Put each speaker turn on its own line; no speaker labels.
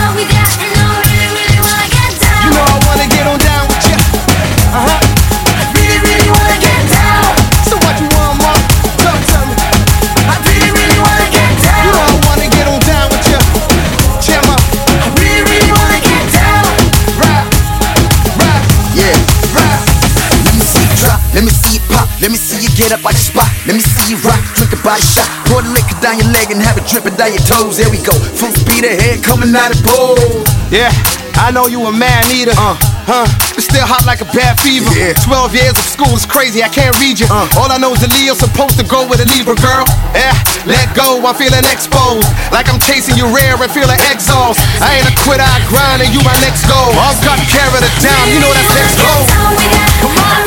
Uh-huh.
get up out your spot. Let me see you rock. Drink a body shot. Pour the liquor down your leg and have it dripping down your toes. There we go. Full speed ahead, coming out of pole.
Yeah, I know you a man eater. Uh. Huh? It's still hot like a bad fever.
Yeah.
12 years of school is crazy, I can't read you.
Uh.
All I know is the Leo's supposed to go with a Libra girl. Yeah, let go, I'm feeling exposed. Like I'm chasing you rare and feeling exhaust. I ain't a quitter, I grind and you my next goal. I've got carrot down, you know that's next goal.
Come on.